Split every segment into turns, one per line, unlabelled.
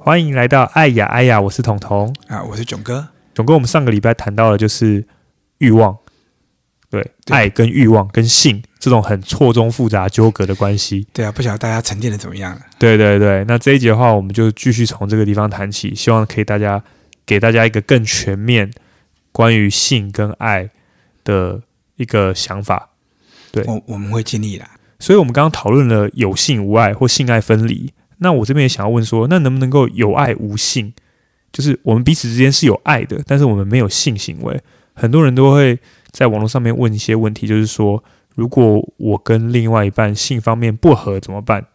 欢迎来到爱呀爱呀，我是彤彤。
啊，我是囧哥，
总共我们上个礼拜谈到了就是欲望，对，
对
爱跟欲望跟性这种很错综复杂纠葛的关系。
对啊，不晓得大家沉淀的怎么样了？
对对对，那这一集的话，我们就继续从这个地方谈起，希望可以大家给大家一个更全面关于性跟爱的一个想法。对
我我们会尽力啦。
所以我们刚刚讨论了有性无爱或性爱分离，那我这边也想要问说，那能不能够有爱无性？就是我们彼此之间是有爱的，但是我们没有性行为。很多人都会在网络上面问一些问题，就是说，如果我跟另外一半性方面不合怎么办？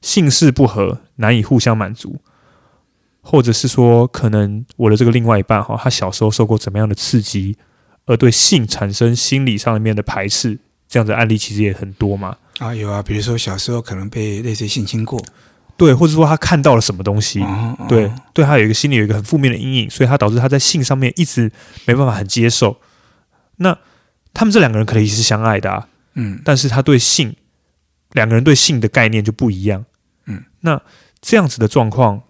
性事不合，难以互相满足，或者是说，可能我的这个另外一半哈，他小时候受过怎么样的刺激，而对性产生心理上面的排斥，这样的案例其实也很多嘛。
啊，有啊，比如说小时候可能被类似性侵过，
对，或者说他看到了什么东西，
哦哦
嗯对，对他有一个心里有一个很负面的阴影，所以他导致他在性上面一直没办法很接受。那他们这两个人可能也是相爱的、啊，
嗯，
但是他对性，两个人对性的概念就不一样。
嗯，
那这样子的状况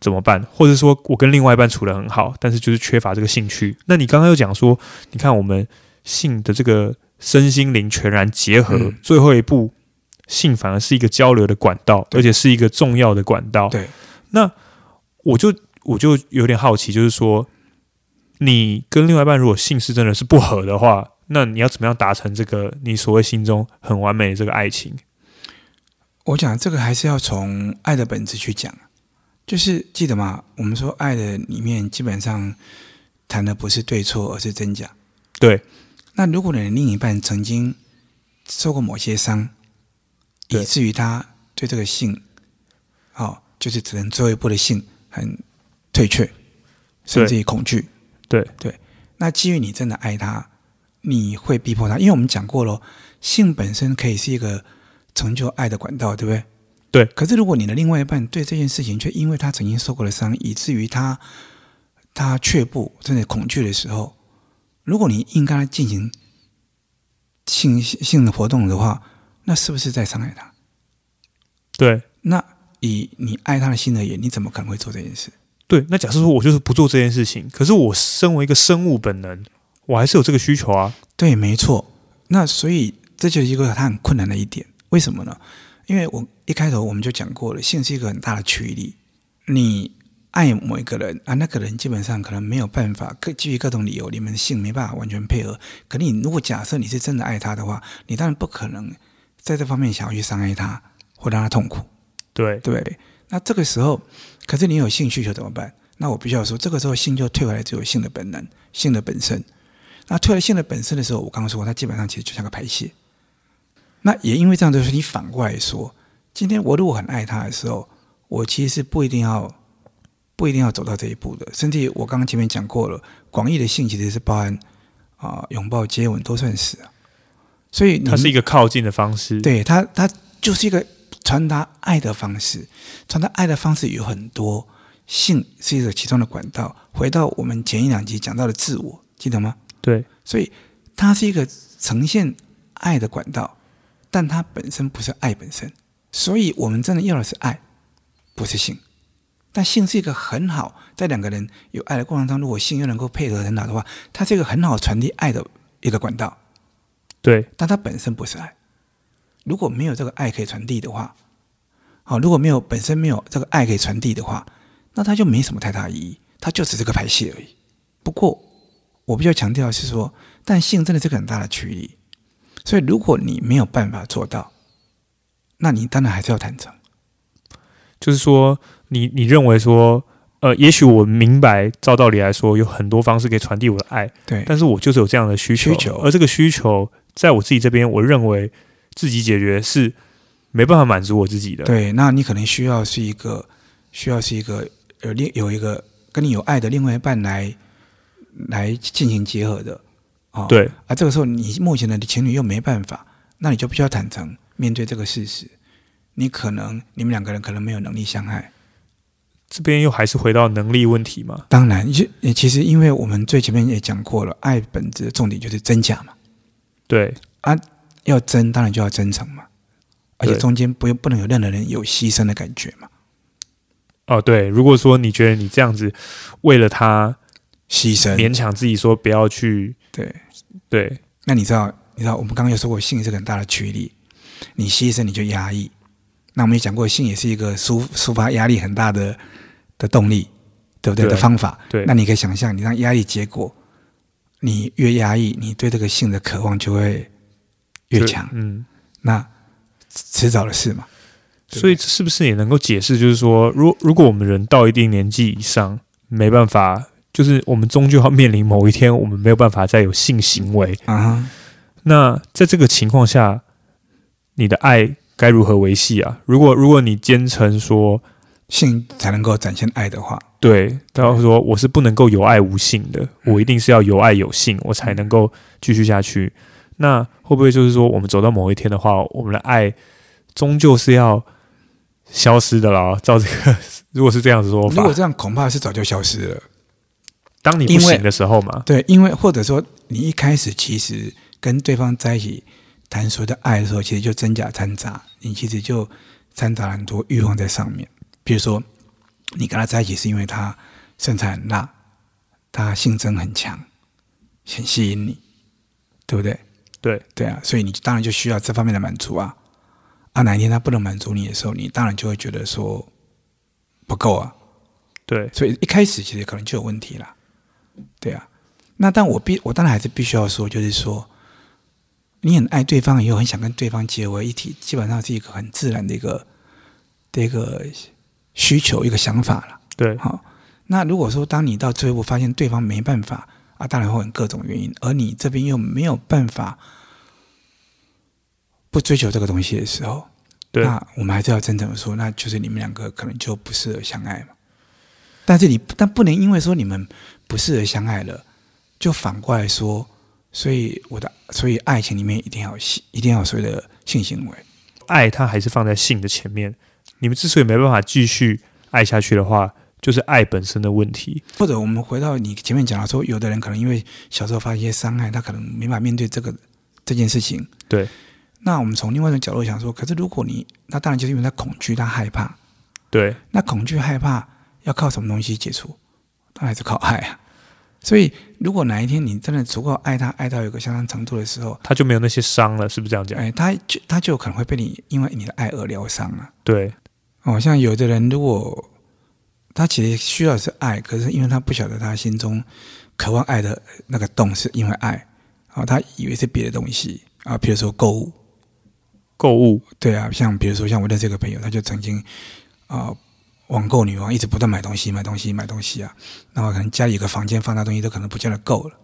怎么办？或者说我跟另外一半处得很好，但是就是缺乏这个兴趣。那你刚刚又讲说，你看我们性的这个身心灵全然结合，
嗯
最后一步，性反而是一个交流的管道，
对
而且是一个重要的管道。
对，
那我就我就有点好奇，就是说，你跟另外一半如果性是真的是不合的话，那你要怎么样达成这个你所谓心中很完美的这个爱情？
我讲这个还是要从爱的本质去讲，就是记得吗？我们说爱的里面基本上谈的不是对错，而是真假。
对，
那如果你的另一半曾经受过某些伤，
对
以至于他对这个性，哦，就是只能最后一步的性很退却，甚至于恐惧。
对
对，那基于你真的爱他，你会逼迫他，因为我们讲过了，性本身可以是一个成就爱的管道，对不对？
对
可是如果你的另外一半对这件事情却因为他曾经受过的伤，以至于他他却步，甚至恐惧的时候，如果你硬跟他进行性性的活动的话，那是不是在伤害他？
对
那以你爱他的心而言，你怎么可能会做这件事？
对，那假设说我就是不做这件事情，可是我身为一个生物本能，我还是有这个需求啊。
对，没错。那所以这就是一个它很困难的一点，为什么呢？因为我一开头我们就讲过了，性是一个很大的驱力。你爱某一个人啊，那个人基本上可能没有办法，各基于各种理由，你们的性没办法完全配合。可你如果假设你是真的爱他的话，你当然不可能在这方面想要去伤害他或让他痛苦。
对
对，那这个时候，可是你有性需求怎么办？那我必须要说，这个时候性就退回来，只有性的本能，性的本身。那退回性的本身的时候，我刚刚说过，它基本上其实就像个排泄。那也因为这样，就是你反过来说，今天我如果很爱他的时候，我其实是不一定要不一定要走到这一步的。甚至我刚刚前面讲过了，广义的性其实是包含啊、拥抱、接吻都算是啊。所以你
它是一个靠近的方式。
嗯对他，他就是一个传达爱的方式。传达爱的方式有很多，性是一个其中的管道。回到我们前一两集讲到的自我，记得吗？
对
所以它是一个呈现爱的管道，但它本身不是爱本身。所以我们真的要的是爱，不是性。但性是一个很好，在两个人有爱的过程当中，如果性又能够配合得很好的话，它是一个很好传递爱的一个管道。
对
但它本身不是爱。如果没有这个爱可以传递的话，好、如果没有本身没有这个爱可以传递的话，那它就没什么太大意义，它就只是个排泄而已。不过，我比较强调的是说，但性真的是个很大的驱力，所以如果你没有办法做到，那你当然还是要坦诚。
就是说，你你认为说，呃，也许我明白，照道理来说，有很多方式可以传递我的爱，
对
但是我就是有这样的需求，
需求
而这个需求在我自己这边，我认为自己解决是没办法满足我自己的。
对，那你可能需要是一个需要是一个有另有一个跟你有爱的另外一半来来进行结合的。哦，
对
啊，这个时候你目前的情侣又没办法，那你就必须要坦诚面对这个事实。你可能你们两个人可能没有能力相爱，
这边又还是回到能力问题嘛？
当然，就也其实因为我们最前面也讲过了，爱本质的重点就是真假嘛，
对
要真当然就要真诚嘛，而且
对
中间不不能有任何人有牺牲的感觉嘛。
哦，对，如果说你觉得你这样子为了他
牺牲。
勉强自己说不要去，
嗯对，
对，
那你知道，你知道，我们刚刚有说过，性是个很大的驱力，你牺牲你就压抑。那我们也讲过，性也是一个抒抒发压力很大的的动力，对不对
对
的方法？
对
那你可以想象，你让压力结果，你越压抑，你对这个性的渴望就会越
就
强，
嗯，
那迟早的事嘛。对
所以这是不是也能够解释，就是说，如如果我们人到一定年纪以上，没办法，就是我们终究要面临某一天，我们没有办法再有性行为。
啊、
那在这个情况下，你的爱该如何维系啊？如果如果你坚称说，
性才能够展现爱的话，
对，他说我是不能够有爱无性的，
嗯
我一定是要有爱有性，我才能够继续下去。那会不会就是说，我们走到某一天的话，我们的爱终究是要消失的啦？照这个， 如果是这样子说
如
法
果，这样，恐怕是早就消失了。
当你不
因为
行的时候嘛，
对，因为或者说你一开始其实跟对方在一起谈所谓的爱的时候，其实就真假掺杂，你其实就掺杂了很多欲望在上面。比如说，你跟他在一起是因为他身材很辣，他性征很强，很吸引你，对不对？
对
对啊，所以你当然就需要这方面的满足啊。啊，哪一天他不能满足你的时候，你当然就会觉得说不够啊，
对，
所以一开始其实可能就有问题啦，对啊。那但我必我当然还是必须要说，就是说，你很爱对方，又很想跟对方结为一体，基本上是一个很自然的一个的一个需求、一个想法啦。
对，
好、那如果说当你到最后发现对方没办法啊，当然会有各种原因，而你这边又没有办法不追求这个东西的时候，
对，
那我们还是要真诚的说，那就是你们两个可能就不适合相爱嘛。但是你但不能因为说你们不适合相爱了，就反过来说，所以我的所以爱情里面一定要有性，一定要有所谓的性行为。
爱它还是放在性的前面。你们之所以没办法继续爱下去的话，就是爱本身的问题。
或者我们回到你前面讲的说，有的人可能因为小时候发生一些伤害，他可能没法面对这个这件事情。
对。
那我们从另外一种角度想说，可是如果你那当然就是因为他恐惧，他害怕，
对，
那恐惧、害怕要靠什么东西解除？当然还是靠爱啊。所以，如果哪一天你真的足够爱他，爱到有个相当程度的时候，
它就没有那些伤了，是不是这样讲？
哎，他就他就有可能会被你因为你的爱而疗伤啊。
对，
哦，像有的人，如果他其实需要的是爱，可是因为他不晓得他心中渴望爱的那个洞是因为爱，哦，他以为是别的东西啊，比如说购物，
购物，
对啊，像比如说像我认识一个朋友，他就曾经啊、呃网购女王，一直不断买东西、买东西、买东西啊，然后可能家里有个房间放那东西都可能不见得够了。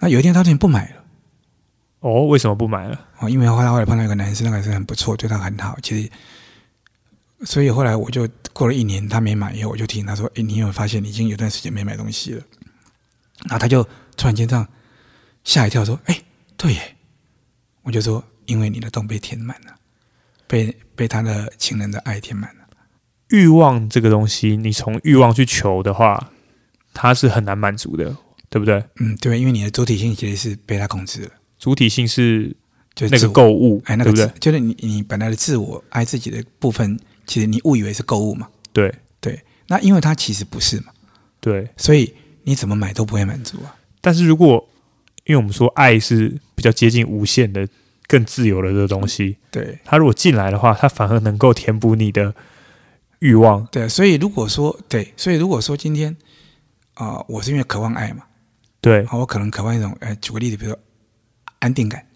那有一天他突然不买了
哦，为什么不买了？
哦，因为后来后来碰到一个男生，那个男生很不错，对他很好，其实。所以后来我就过了一年，他没买以后，我就提醒他说：“诶，你有没有发现你已经有段时间没买东西了？”然后他就突然间这样吓一跳，说：“诶，对耶！”我就说：“因为你的洞被填满了，被被他的情人的爱填满了。”
欲望这个东西，你从欲望去求的话，它是很难满足的，对不对？
嗯，对，因为你的主体性其实是被他控制了，
主体性是
就是
那
自
个
我，
购物，
哎，那
对
个
不
自
对？
就是你你本来的自我爱自己的部分，其实你误以为是购物嘛，
对
对，那因为它其实不是嘛，
对。
所以你怎么买都不会满足啊，
但是如果因为我们说爱是比较接近无限的、更自由的这个东西，
对
它如果进来的话，它反而能够填补你的欲望。
对，所以如果说对，所以如果说今天啊、呃我是因为渴望爱嘛，
对
好我可能渴望一种，呃，举个例子，比如说安定感，哎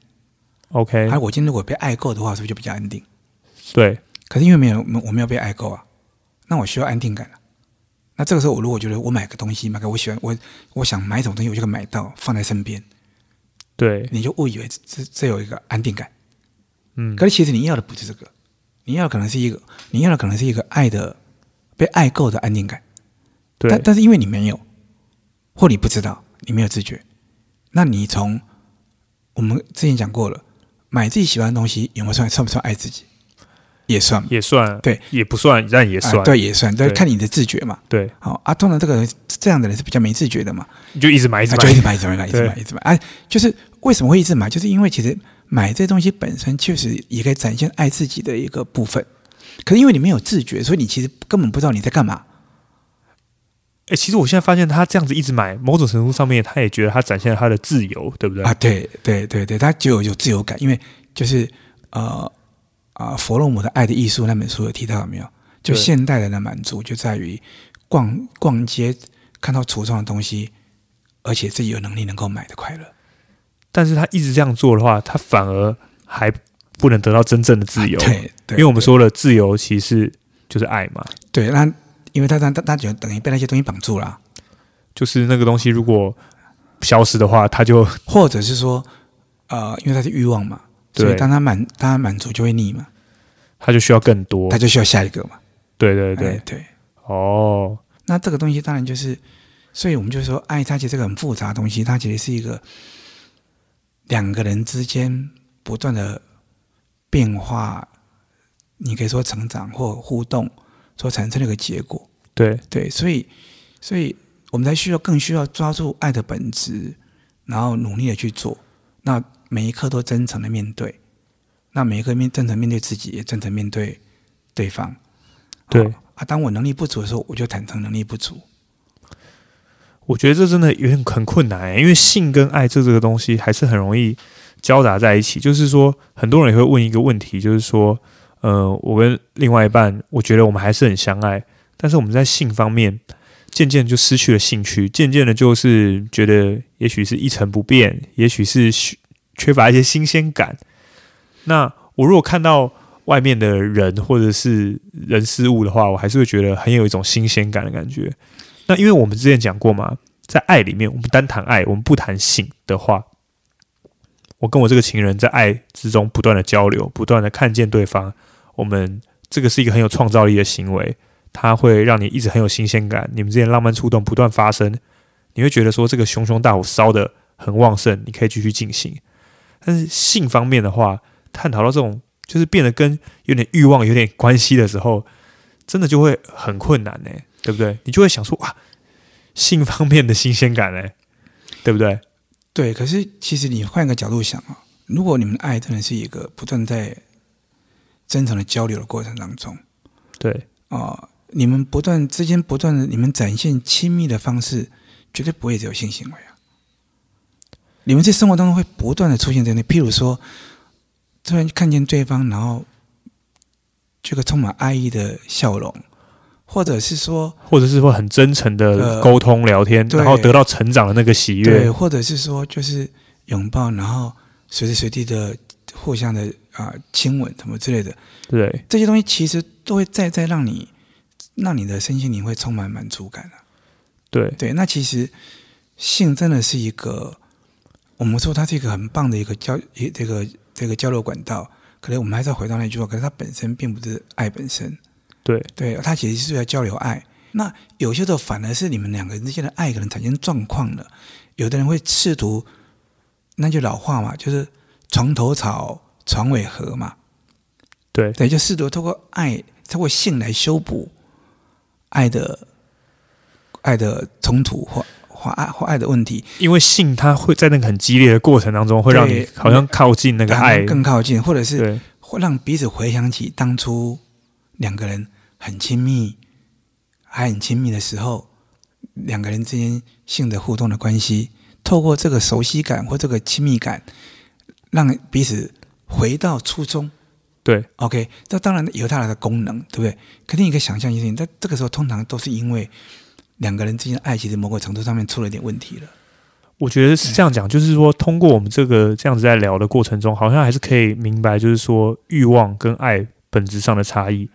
，OK，
而我今天如果被爱够的话，是不是就比较安定？
对
可是因为没有我没有被爱够啊，那我需要安定感啊。那这个时候，我如果觉得我买个东西，买个我喜欢我我想买一种东西，我就可以买到放在身边，
对，
你就误以为这这这有一个安定感。
嗯，
可是其实你要的不是这个，你要的可能是一个你要的可能是一个爱的被爱够的安定感。
对
但但是因为你没有，或你不知道，你没有自觉，那你从我们之前讲过了，买自己喜欢的东西有没有算算不算爱自己？也算嘛，
也算，
对，
也不算，但也算，
啊、对，也算，但是
对
看你的自觉嘛。
对，
好、啊，通常这个人这样的人是比较没自觉的嘛，
你就一直买，一直
啊
买，
就一直买，一直买，一直
对
买，一直买。啊，就是为什么会一直买，就是因为其实买这东西本身确实也可以展现爱自己的一个部分，可是因为你没有自觉，所以你其实根本不知道你在干嘛，
哎、其实我现在发现他这样子一直买，某种程度上面他也觉得他展现了他的自由，对不对？
啊，对对对对，他就有有自由感，因为就是呃啊、弗洛姆的《爱的艺术》那本书有提到有没有？就
对
现代人的满足就在于逛逛街看到橱窗的东西，而且自己有能力能够买的快乐。
但是他一直这样做的话，他反而还不能得到真正的自由，
啊对对，
因为我们说了，自由其实是就是爱嘛，
对，那因为他他他他觉得等于被那些东西绑住了啊、
就是那个东西如果消失的话，他就
或者是说呃，因为他是欲望嘛，所以
对
当他满当他满足就会腻嘛，
他就需要更多
他。就需要下一个嘛。
对对对，
哎对。
哦，
那这个东西当然就是，所以我们就说，爱它其实是个很复杂的东西，它其实是一个两个人之间不断的变化，你可以说成长或互动所产生的一个结果。
对，
对，所以，所以我们才需要更需要抓住爱的本质，然后努力的去做，那每一刻都真诚的面对，那每一刻面真诚面对自己，也真诚面对对方。
对
啊，当我能力不足的时候，我就坦诚能力不足。
我觉得这真的有点很困难欸、因为性跟爱这这个东西还是很容易交杂在一起。就是说，很多人也会问一个问题，就是说，呃，我跟另外一半，我觉得我们还是很相爱，但是我们在性方面渐渐就失去了兴趣，渐渐的就是觉得也许是一成不变，也许是虚缺乏一些新鲜感。那我如果看到外面的人或者是人事物的话，我还是会觉得很有一种新鲜感的感觉。那因为我们之前讲过嘛，在爱里面，我们单谈爱，我们不谈性的话，我跟我这个情人在爱之中不断的交流，不断的看见对方，我们这个是一个很有创造力的行为，它会让你一直很有新鲜感，你们之间浪漫触动不断发生，你会觉得说这个熊熊大火烧的很旺盛，你可以继续进行。但是性方面的话，探讨到这种就是变得跟有点欲望有点关系的时候，真的就会很困难呢、对不对？你就会想说哇，啊性方面的新鲜感呢、对不对？
对，可是其实你换个角度想啊，如果你们的爱真的是一个不断在真诚的交流的过程当中
对
啊、你们不断之间不断的你们展现亲密的方式，绝对不会只有性行为啊。你们在生活当中会不断的出现这样的，譬如说，突然看见对方，然后这个充满爱意的笑容，或者是说，
或者是说很真诚的
呃
沟通聊天，
对
然后得到成长的那个喜
对，
悦，
或者是说就是拥抱，然后随时随地的互相的啊、亲吻什么之类的，
对
这些东西其实都会再再让你让你的身心灵会充满满足感啊。
对
对，那其实性真的是一个，我们说它是一个很棒的一个交一这个这个交流管道。可能我们还是要回到那句话，可是它本身并不是爱本身，
对
对，它其实是在交流爱。那有些时候反而是你们两个人之间的爱可能产生状况了，有的人会试图，那就老话嘛，就是床头吵，床尾和嘛，
对
对，就试图透过爱，透过性来修补爱的爱的冲突或或爱或爱的问题，
因为性它会在那个很激烈的过程当中，会让你
对
好像靠近那个
让
爱，
更靠近，或者是
对
会让彼此回想起当初两个人很亲密，还很亲密的时候，两个人之间性的互动的关系，透过这个熟悉感或这个亲密感，让彼此回到初衷。
对
OK，那当然有它的功能，对不对？肯定你可以想象一件事情，但这个时候通常都是因为两个人之间的爱，其实某个程度上面出了一点问题了。
我觉得是这样讲，就是说，通过我们这个这样子在聊的过程中，好像还是可以明白，就是说欲望跟爱本质上的差异。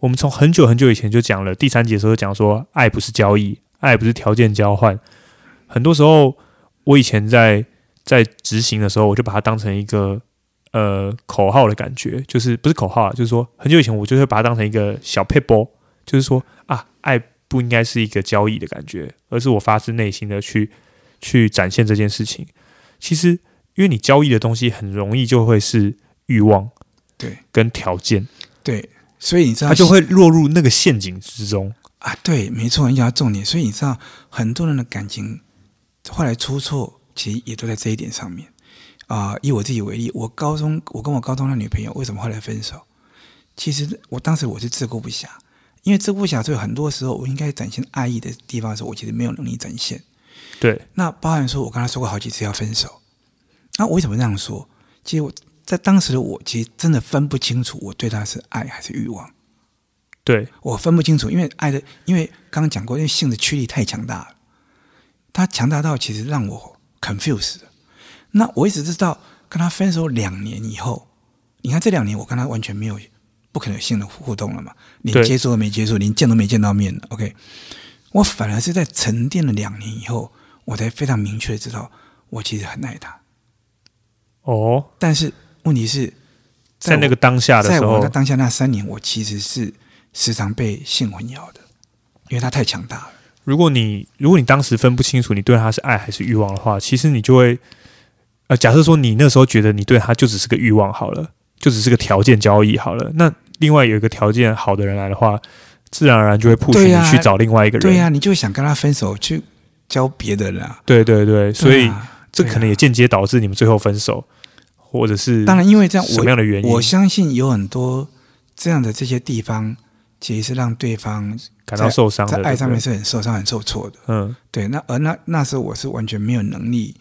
我们从很久很久以前就讲了，第三节的时候就讲说，爱不是交易，爱不是条件交换。很多时候，我以前在在执行的时候，我就把它当成一个呃口号的感觉，就是不是口号啊，就是说很久以前我就会把它当成一个小 p a p e 就是说啊，爱不应该是一个交易的感觉，而是我发自内心的去去展现这件事情。其实，因为你交易的东西很容易就会是欲望，
对，
跟条件，
对，所以你知道
它就会落入那个陷阱之中。
啊，对，没错，你讲到重点。所以你知道，很多人的感情后来出错，其实也都在这一点上面啊、以我自己为例，我高中我跟我高中的女朋友为什么后来分手？其实我当时我是自顾不暇，因为这不想，所以很多时候我应该展现爱意的地方的时候，我其实没有能力展现。
对，
那包含说我刚才说过好几次要分手，那我为什么这样说？其实我在当时的我，其实真的分不清楚我对他是爱还是欲望，
对，
我分不清楚，因为爱的，因为刚刚讲过，因为性的驱力太强大了，它强大到其实让我 confused 了。那我一直知道跟他分手两年以后，你看这两年我跟他完全没有不可能有性的互动了嘛，连
对
接触都没接触，连见都没见到面了。OK，我反而是在沉淀了两年以后，我才非常明确的知道我其实很爱他，
哦，
但是问题是
在
我
那个当下的
在
时
我
候
那，当下那三年，我其实是时常被性混淆的，因为他太强大了。
如果你如果你当时分不清楚你对他是爱还是欲望的话，其实你就会，呃，假设说你那时候觉得你对他就只是个欲望好了，就只是个条件交易好了，那另外有一个条件好的人来的话，自然而然就会 push
对呀
你去找另外一个人。
对呀、你就想跟他分手，去交别的人啊。
对对对，所
对
以
啊
这
对啊
可能也间接导致你们最后分手，或者是
当然，因为这样
什么样的原因
我，我相信有很多这样的这些地方，其实是让对方
感到受伤的
在爱上面
对
是很受伤、很受挫的。
不对嗯，
对，那而那那时候我是完全没有能力，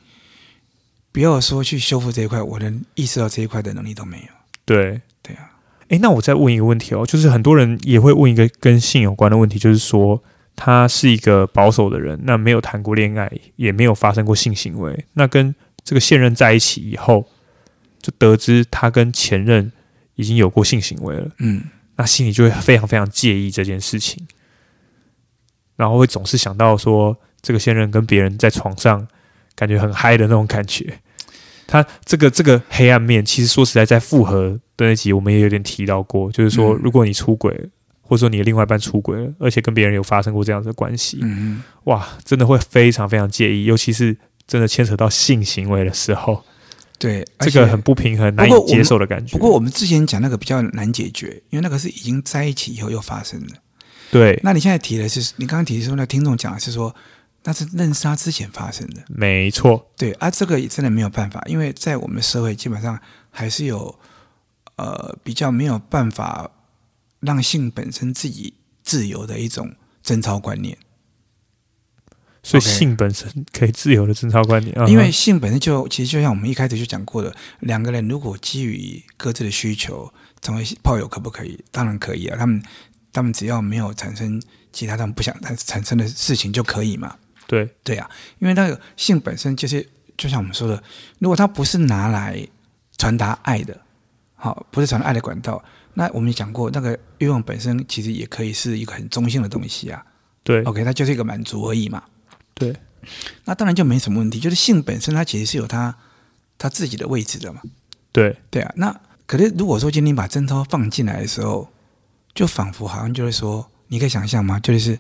不要说去修复这一块，我连意识到这一块的能力都没有。
对。
对啊，
诶，那我再问一个问题哦，就是很多人也会问一个跟性有关的问题，就是说他是一个保守的人，那没有谈过恋爱，也没有发生过性行为，那跟这个现任在一起以后，就得知他跟前任已经有过性行为了，
嗯，
那心里就会非常非常介意这件事情，然后会总是想到说这个现任跟别人在床上感觉很嗨的那种感觉。他这个这个黑暗面，其实说实在，在复合的那集我们也有点提到过，就是说，
嗯
如果你出轨，或者说你的另外一半出轨了，而且跟别人有发生过这样子的关系，
嗯
哇，真的会非常非常介意，尤其是真的牵扯到性行为的时候，
哼，对，而
这
且
个很不平衡、难以
不过我们
接受的感觉。
不过我们之前讲那个比较难解决，因为那个是已经在一起以后又发生的。
对，
那你现在提的是，你刚刚提出那听众讲的是说，那是认杀之前发生的。
没错，
对啊，这个也真的没有办法，因为在我们社会基本上还是有呃比较没有办法让性本身自己自由的一种贞操观念，
所以
OK
性本身可以自由的贞操观点，啊哈
因为性本身就其实就像我们一开始就讲过的，两个人如果基于各自的需求成为炮友，可不可以？当然可以啊，他们他们只要没有产生其他他们不想产产生的事情就可以嘛。
对
对啊，因为那个性本身就是，就像我们说的，如果它不是拿来传达爱的，好、不是传达爱的管道，那我们也讲过，那个欲望本身其实也可以是一个很中性的东西啊。
对
OK，它就是一个满足而已嘛。
对，
那当然就没什么问题，就是性本身它其实是有它它自己的位置的嘛。
对，
对啊，那可是如果说今天把贞操放进来的时候，就仿佛好像就是说，你可以想象吗？就是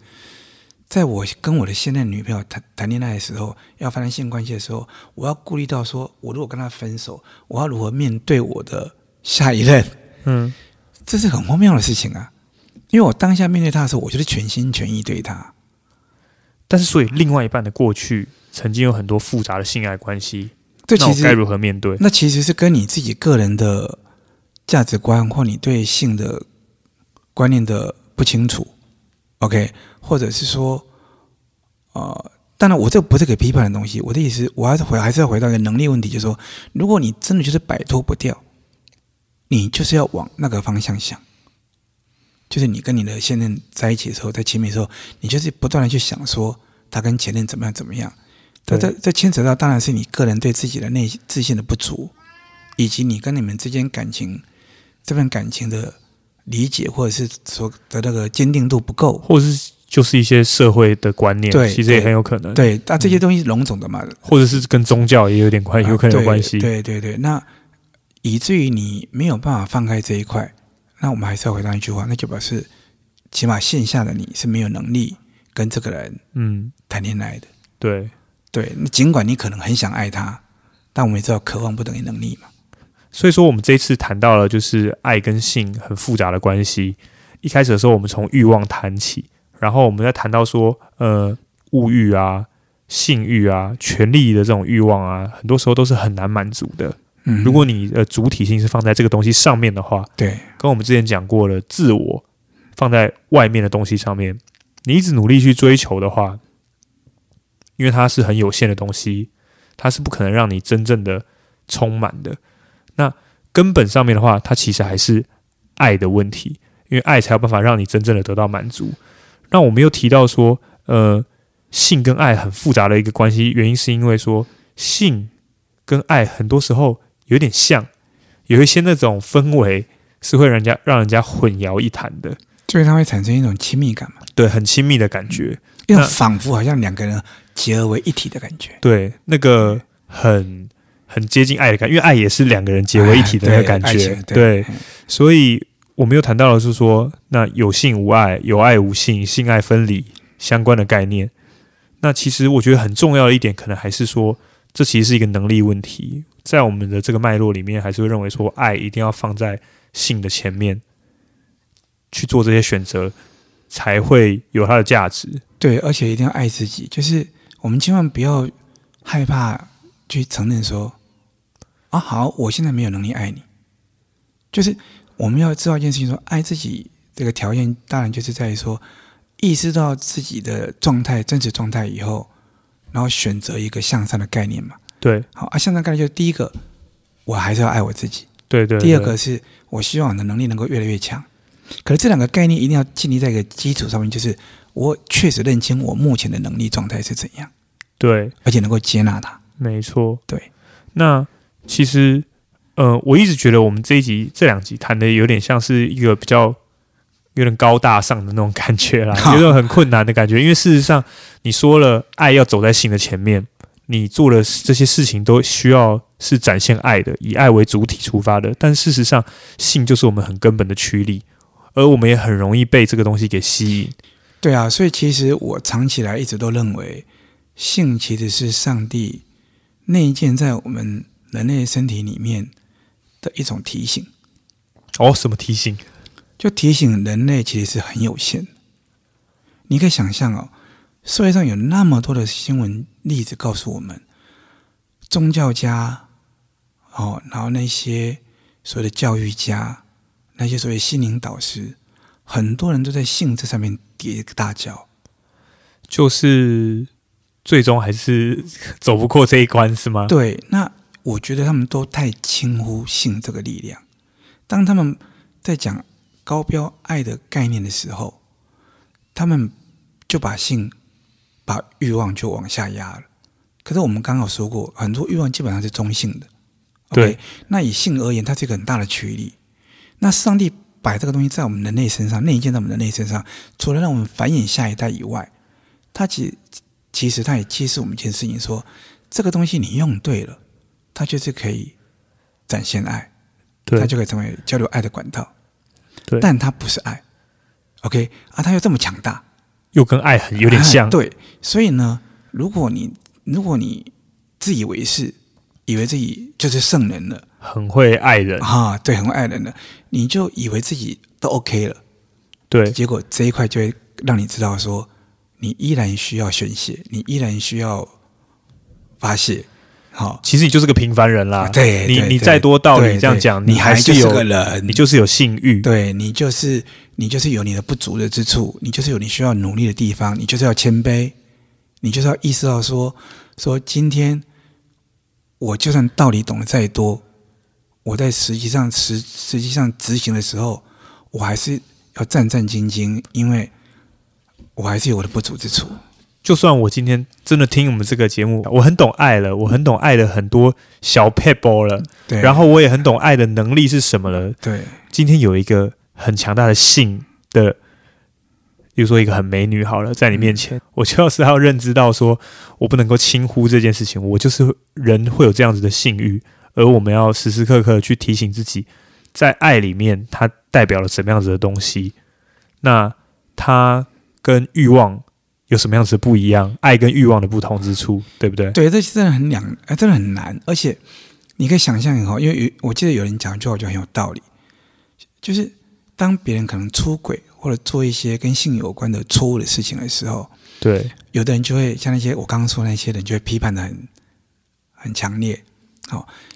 在我跟我的现任女朋友谈谈恋爱的时候，要发生性关系的时候，我要顾虑到说，我如果跟她分手，我要如何面对我的下一任？
嗯，
这是很荒谬的事情啊！因为我当下面对她的时候，我就是全心全意对她。
但是所以另外一半的过去曾经有很多复杂的性爱关系，
这
那
其
我
实
该如何面对？
那其实是跟你自己个人的价值观或你对性的观念的不清楚，OK，或者是说，呃，当然我这不是给批判的东西，我的意思，我还是回还是要回到一个能力问题，就是说，如果你真的就是摆脱不掉，你就是要往那个方向想。就是你跟你的现任在一起的时候，在亲密的时候，你就是不断的去想说他跟前任怎么样怎么样，这
对
这这牵扯到当然是你个人对自己的内自信的不足，以及你跟你们之间感情这份感情的理解或者是所的那个坚定度不够。
或者是就是一些社会的观念，
对
其实也很有可能，，
对，那这些东西笼总的嘛，
或者是跟宗教也有点啊关，有可能有关系，
啊对对对对，那以至于你没有办法放开这一块，那我们还是要回到一句话，那就表示起码线下的你是没有能力跟这个人
嗯，
谈恋爱的。
对。
对，那尽管你可能很想爱他，但我们也知道渴望不等于能力嘛。
所以说，我们这一次谈到了就是爱跟性很复杂的关系。一开始的时候，我们从欲望谈起，然后我们再谈到说，呃，物欲啊、性欲啊、权力的这种欲望啊，很多时候都是很难满足的。
嗯，
如果你的主体性是放在这个东西上面的话，
对
跟我们之前讲过了，自我放在外面的东西上面，你一直努力去追求的话，因为它是很有限的东西，它是不可能让你真正的充满的。那根本上面的话，它其实还是爱的问题，因为爱才有办法让你真正的得到满足。那我们又提到说，呃，性跟爱很复杂的一个关系，原因是因为说性跟爱很多时候有点像，有一些那种氛围是会让人家让人家混淆一谈的，
就是它会产生一种亲密感嘛，
对，很亲密的感觉，
一种
那
仿佛好像两个人结合为一体的感觉，
对，那个很很接近爱的感觉，因为爱也是两个人结为一体的那
哎
个
对
感
爱
觉，
情
对
对，，嗯
所以我们又谈到了是说，那有性无爱，有爱无性，性爱分离相关的概念。那其实我觉得很重要的一点，可能还是说，这其实是一个能力问题。在我们的这个脉络里面，还是会认为说，爱一定要放在性的前面去做这些选择，才会有它的价值。
对，而且一定要爱自己，就是我们千万不要害怕去承认说啊，好，我现在没有能力爱你。就是我们要知道一件事情说爱自己这个条件，当然就是在于说意识到自己的状态、真实状态以后，然后选择一个向上的概念嘛。
对，
好啊，向上概念就是第一个，我还是要爱我自己；
对对对
第二个是我希望我的能力能够越来越强。可是这两个概念一定要建立在一个基础上面，就是我确实认清我目前的能力状态是怎样，
对，
而且能够接纳它。
没错，
对。
那其实，呃，我一直觉得我们这一集、这两集谈的有点像是一个比较有点高大上的那种感觉啦，有种很困难的感觉。因为事实上，你说了爱要走在性的前面，你做的这些事情都需要是展现爱的，以爱为主体出发的。但事实上，性就是我们很根本的驱力，而我们也很容易被这个东西给吸引。
对啊，所以其实我长期来一直都认为，性其实是上帝内建在我们人类身体里面的一种提醒，
哦，什么提醒？
就提醒人类其实是很有限的。你可以想象哦，社会上有那么多的新闻例子告诉我们，宗教家哦，然后那些所谓的教育家，那些所谓心灵导师，很多人都在性这上面跌一个大跤。
就是最终还是走不过这一关，是吗？
对，那我觉得他们都太轻忽性这个力量。当他们在讲高标爱的概念的时候，他们就把性、把欲望就往下压了。可是我们刚好说过，很多欲望基本上是中性的。
对
OK，那以性而言，它是一个很大的驱力。那上帝摆这个东西在我们人类身上，内建在我们人类身上，除了让我们繁衍下一代以外，它其其实它也揭示我们一件事情说这个东西你用对了，它就是可以展现爱，它
对
就可以成为交流爱的管道。
对
但它不是爱。OK 啊，它又这么强大，
又跟爱很有点
啊
像。
对，所以呢，如果你如果你自以为是，以为自己就是圣人了
很会爱人。
啊，对，很会爱人了，你就以为自己都 OK 了，
对
结果这一块就会让你知道说，你依然需要宣泄，你依然需要发泄，好、
其实你就是个平凡人啦。
啊对，
啊你
对
你
对
再多道
对
理这样
对
讲，
你
还
就是
有
个人，
你就是有性欲。
对你就是你就是有你的不足的之处，你就是有你需要努力的地方，你就是要谦卑，你就是要意识到说说今天我就算道理懂得再多，我在实际上实实际上执行的时候，我还是要战战兢兢，因为我还是有我的不足之处。
就算我今天真的听我们这个节目，我很懂爱了，我很懂爱的很多小 pebble 了，
对，
然后我也很懂爱的能力是什么了。
对
今天有一个很强大的性的，比如说一个很美女好了，在你面
嗯
前，我就要是要认知到说，我不能够轻忽这件事情，我就是人会有这样子的性欲，而我们要时时刻刻去提醒自己，在爱里面它代表了什么样子的东西，那它跟欲望有什么样子的不一样，爱跟欲望的不同之处，对不对？
对，这真的很两，哎，真的很难，而且你可以想象以哦后，因为有我记得有人讲一句话，我觉得很有道理，就是当别人可能出轨或者做一些跟性有关的错误的事情的时候，
对
有的人就会像那些我刚刚说的那些人，就会批判的很很强烈。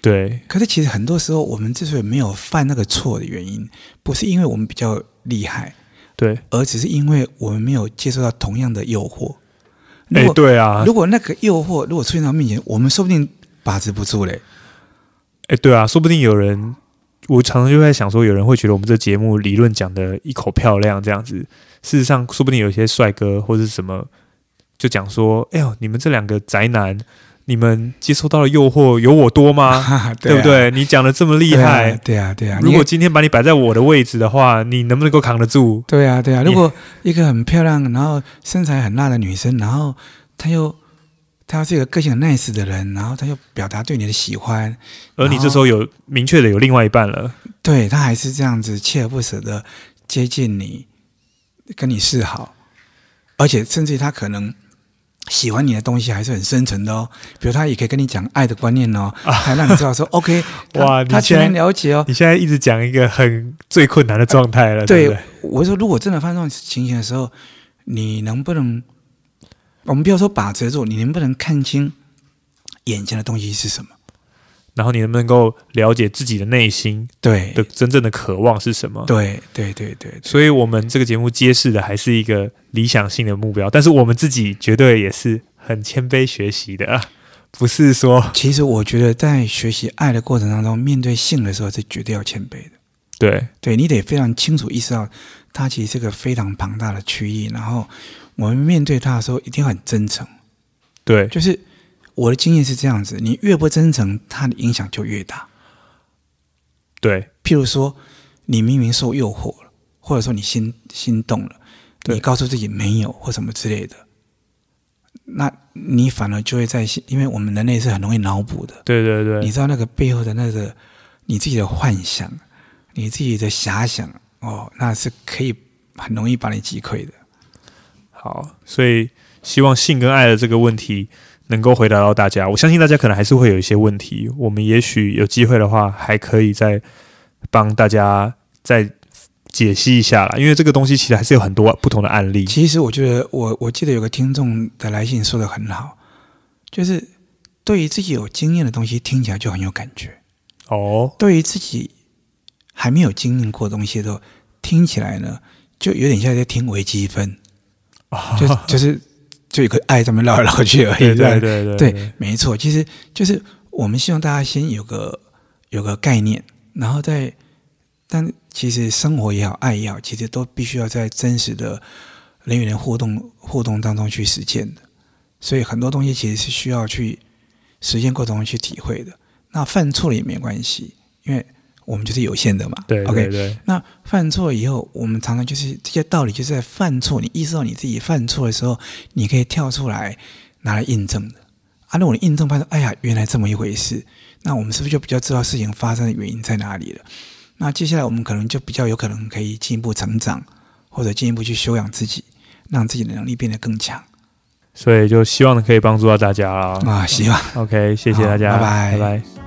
对
可是其实很多时候，我们之所以没有犯那个错的原因，不是因为我们比较厉害，
对，
而只是因为我们没有接受到同样的诱惑。如
哎、
果、
对啊，
如果那个诱惑如果出现在我面前，我们说不定把持不住嘞。
哎、对啊，说不定有人，我常常就在想说，有人会觉得我们这节目理论讲的一口漂亮这样子，事实上，说不定有一些帅哥或者什么，就讲说，哎呦，你们这两个宅男，你们接受到的诱惑有我多 吗？
哈哈，
对
啊
不？对？你讲的这么厉
对啊
害，
对啊，对啊。
如
你
果今天把你摆在我的位置的话，你能不能够扛得住？
对啊，对啊，
你
如果一个很漂亮，然后身材很辣的女生，然后她又她又是一个个性很 nice 的人，然后她又表达对你的喜欢，
而你这时候有明确的有另外一半了，
对她还是这样子锲而不舍的接近你，跟你示好，而且甚至于她可能。喜欢你的东西还是很深沉的哦，比如她也可以跟你讲爱的观念哦，还让你知 道说 OK，她
哇你
她
现
全
在
然了解哦，
你现在一直讲一个很最困难的状态了，啊对不
对
对？，
我说如果真的发生这种情形的时候，你能不能，我们不要说把持住，你能不能看清眼前的东西是什么？
然后你能不能够了解自己的内心
对，
的真正的渴望是什么？
对，对，对，对，
所以我们这个节目揭示的还是一个理想性的目标，但是我们自己绝对也是很谦卑学习的，啊，不是说
其实我觉得在学习爱的过程当中，面对性的时候是绝对要谦卑的。
对
对你得非常清楚意识到，它其实是个非常庞大的区域，然后我们面对它的时候一定要很真诚。
对
就是我的经验是这样子，你越不真诚，它的影响就越大。
对
譬如说，你明明受诱惑了，或者说你心心动了，
对
你告诉自己没有或什么之类的，那你反而就会在心，因为我们人类是很容易脑补的，
对对对
你知道那个背后的那个你自己的幻想，你自己的遐想，哦，那是可以很容易把你击溃的。
好，所以希望性跟爱的这个问题能够回答到大家。我相信大家可能还是会有一些问题，我们也许有机会的话，还可以再帮大家再解析一下啦，因为这个东西其实还是有很多不同的案例。
其实我觉得我，我记得有个听众的来信说的很好，就是对于自己有经验的东西，听起来就很有感觉。
哦，
对于自己还没有经历过的东西的时候，听起来呢，就有点像在听微积分，就就是就有个爱在那边绕来绕去而已。
哦对
这样
对对
对没错，其实就是我们希望大家先有个有个概念，然后再，但其实生活也好，爱也好，其实都必须要在真实的人与人互动互动当中去实践的。所以很多东西其实是需要去实践过程中去体会的。那犯错了也没关系，因为我们就是有限的嘛。
对对
OK，
对
那犯错以后，我们常常就是这些道理，就是在犯错，你意识到你自己犯错的时候，你可以跳出来拿来印证的。啊，如果你印证发现，哎呀，原来这么一回事，那我们是不是就比较知道事情发生的原因在哪里了？那接下来我们可能就比较有可能可以进一步成长，或者进一步去修养自己，让自己的能力变得更强
所以就希望可以帮助到大家啦。
啊！希望。
OK，谢谢大家，
好拜拜
拜拜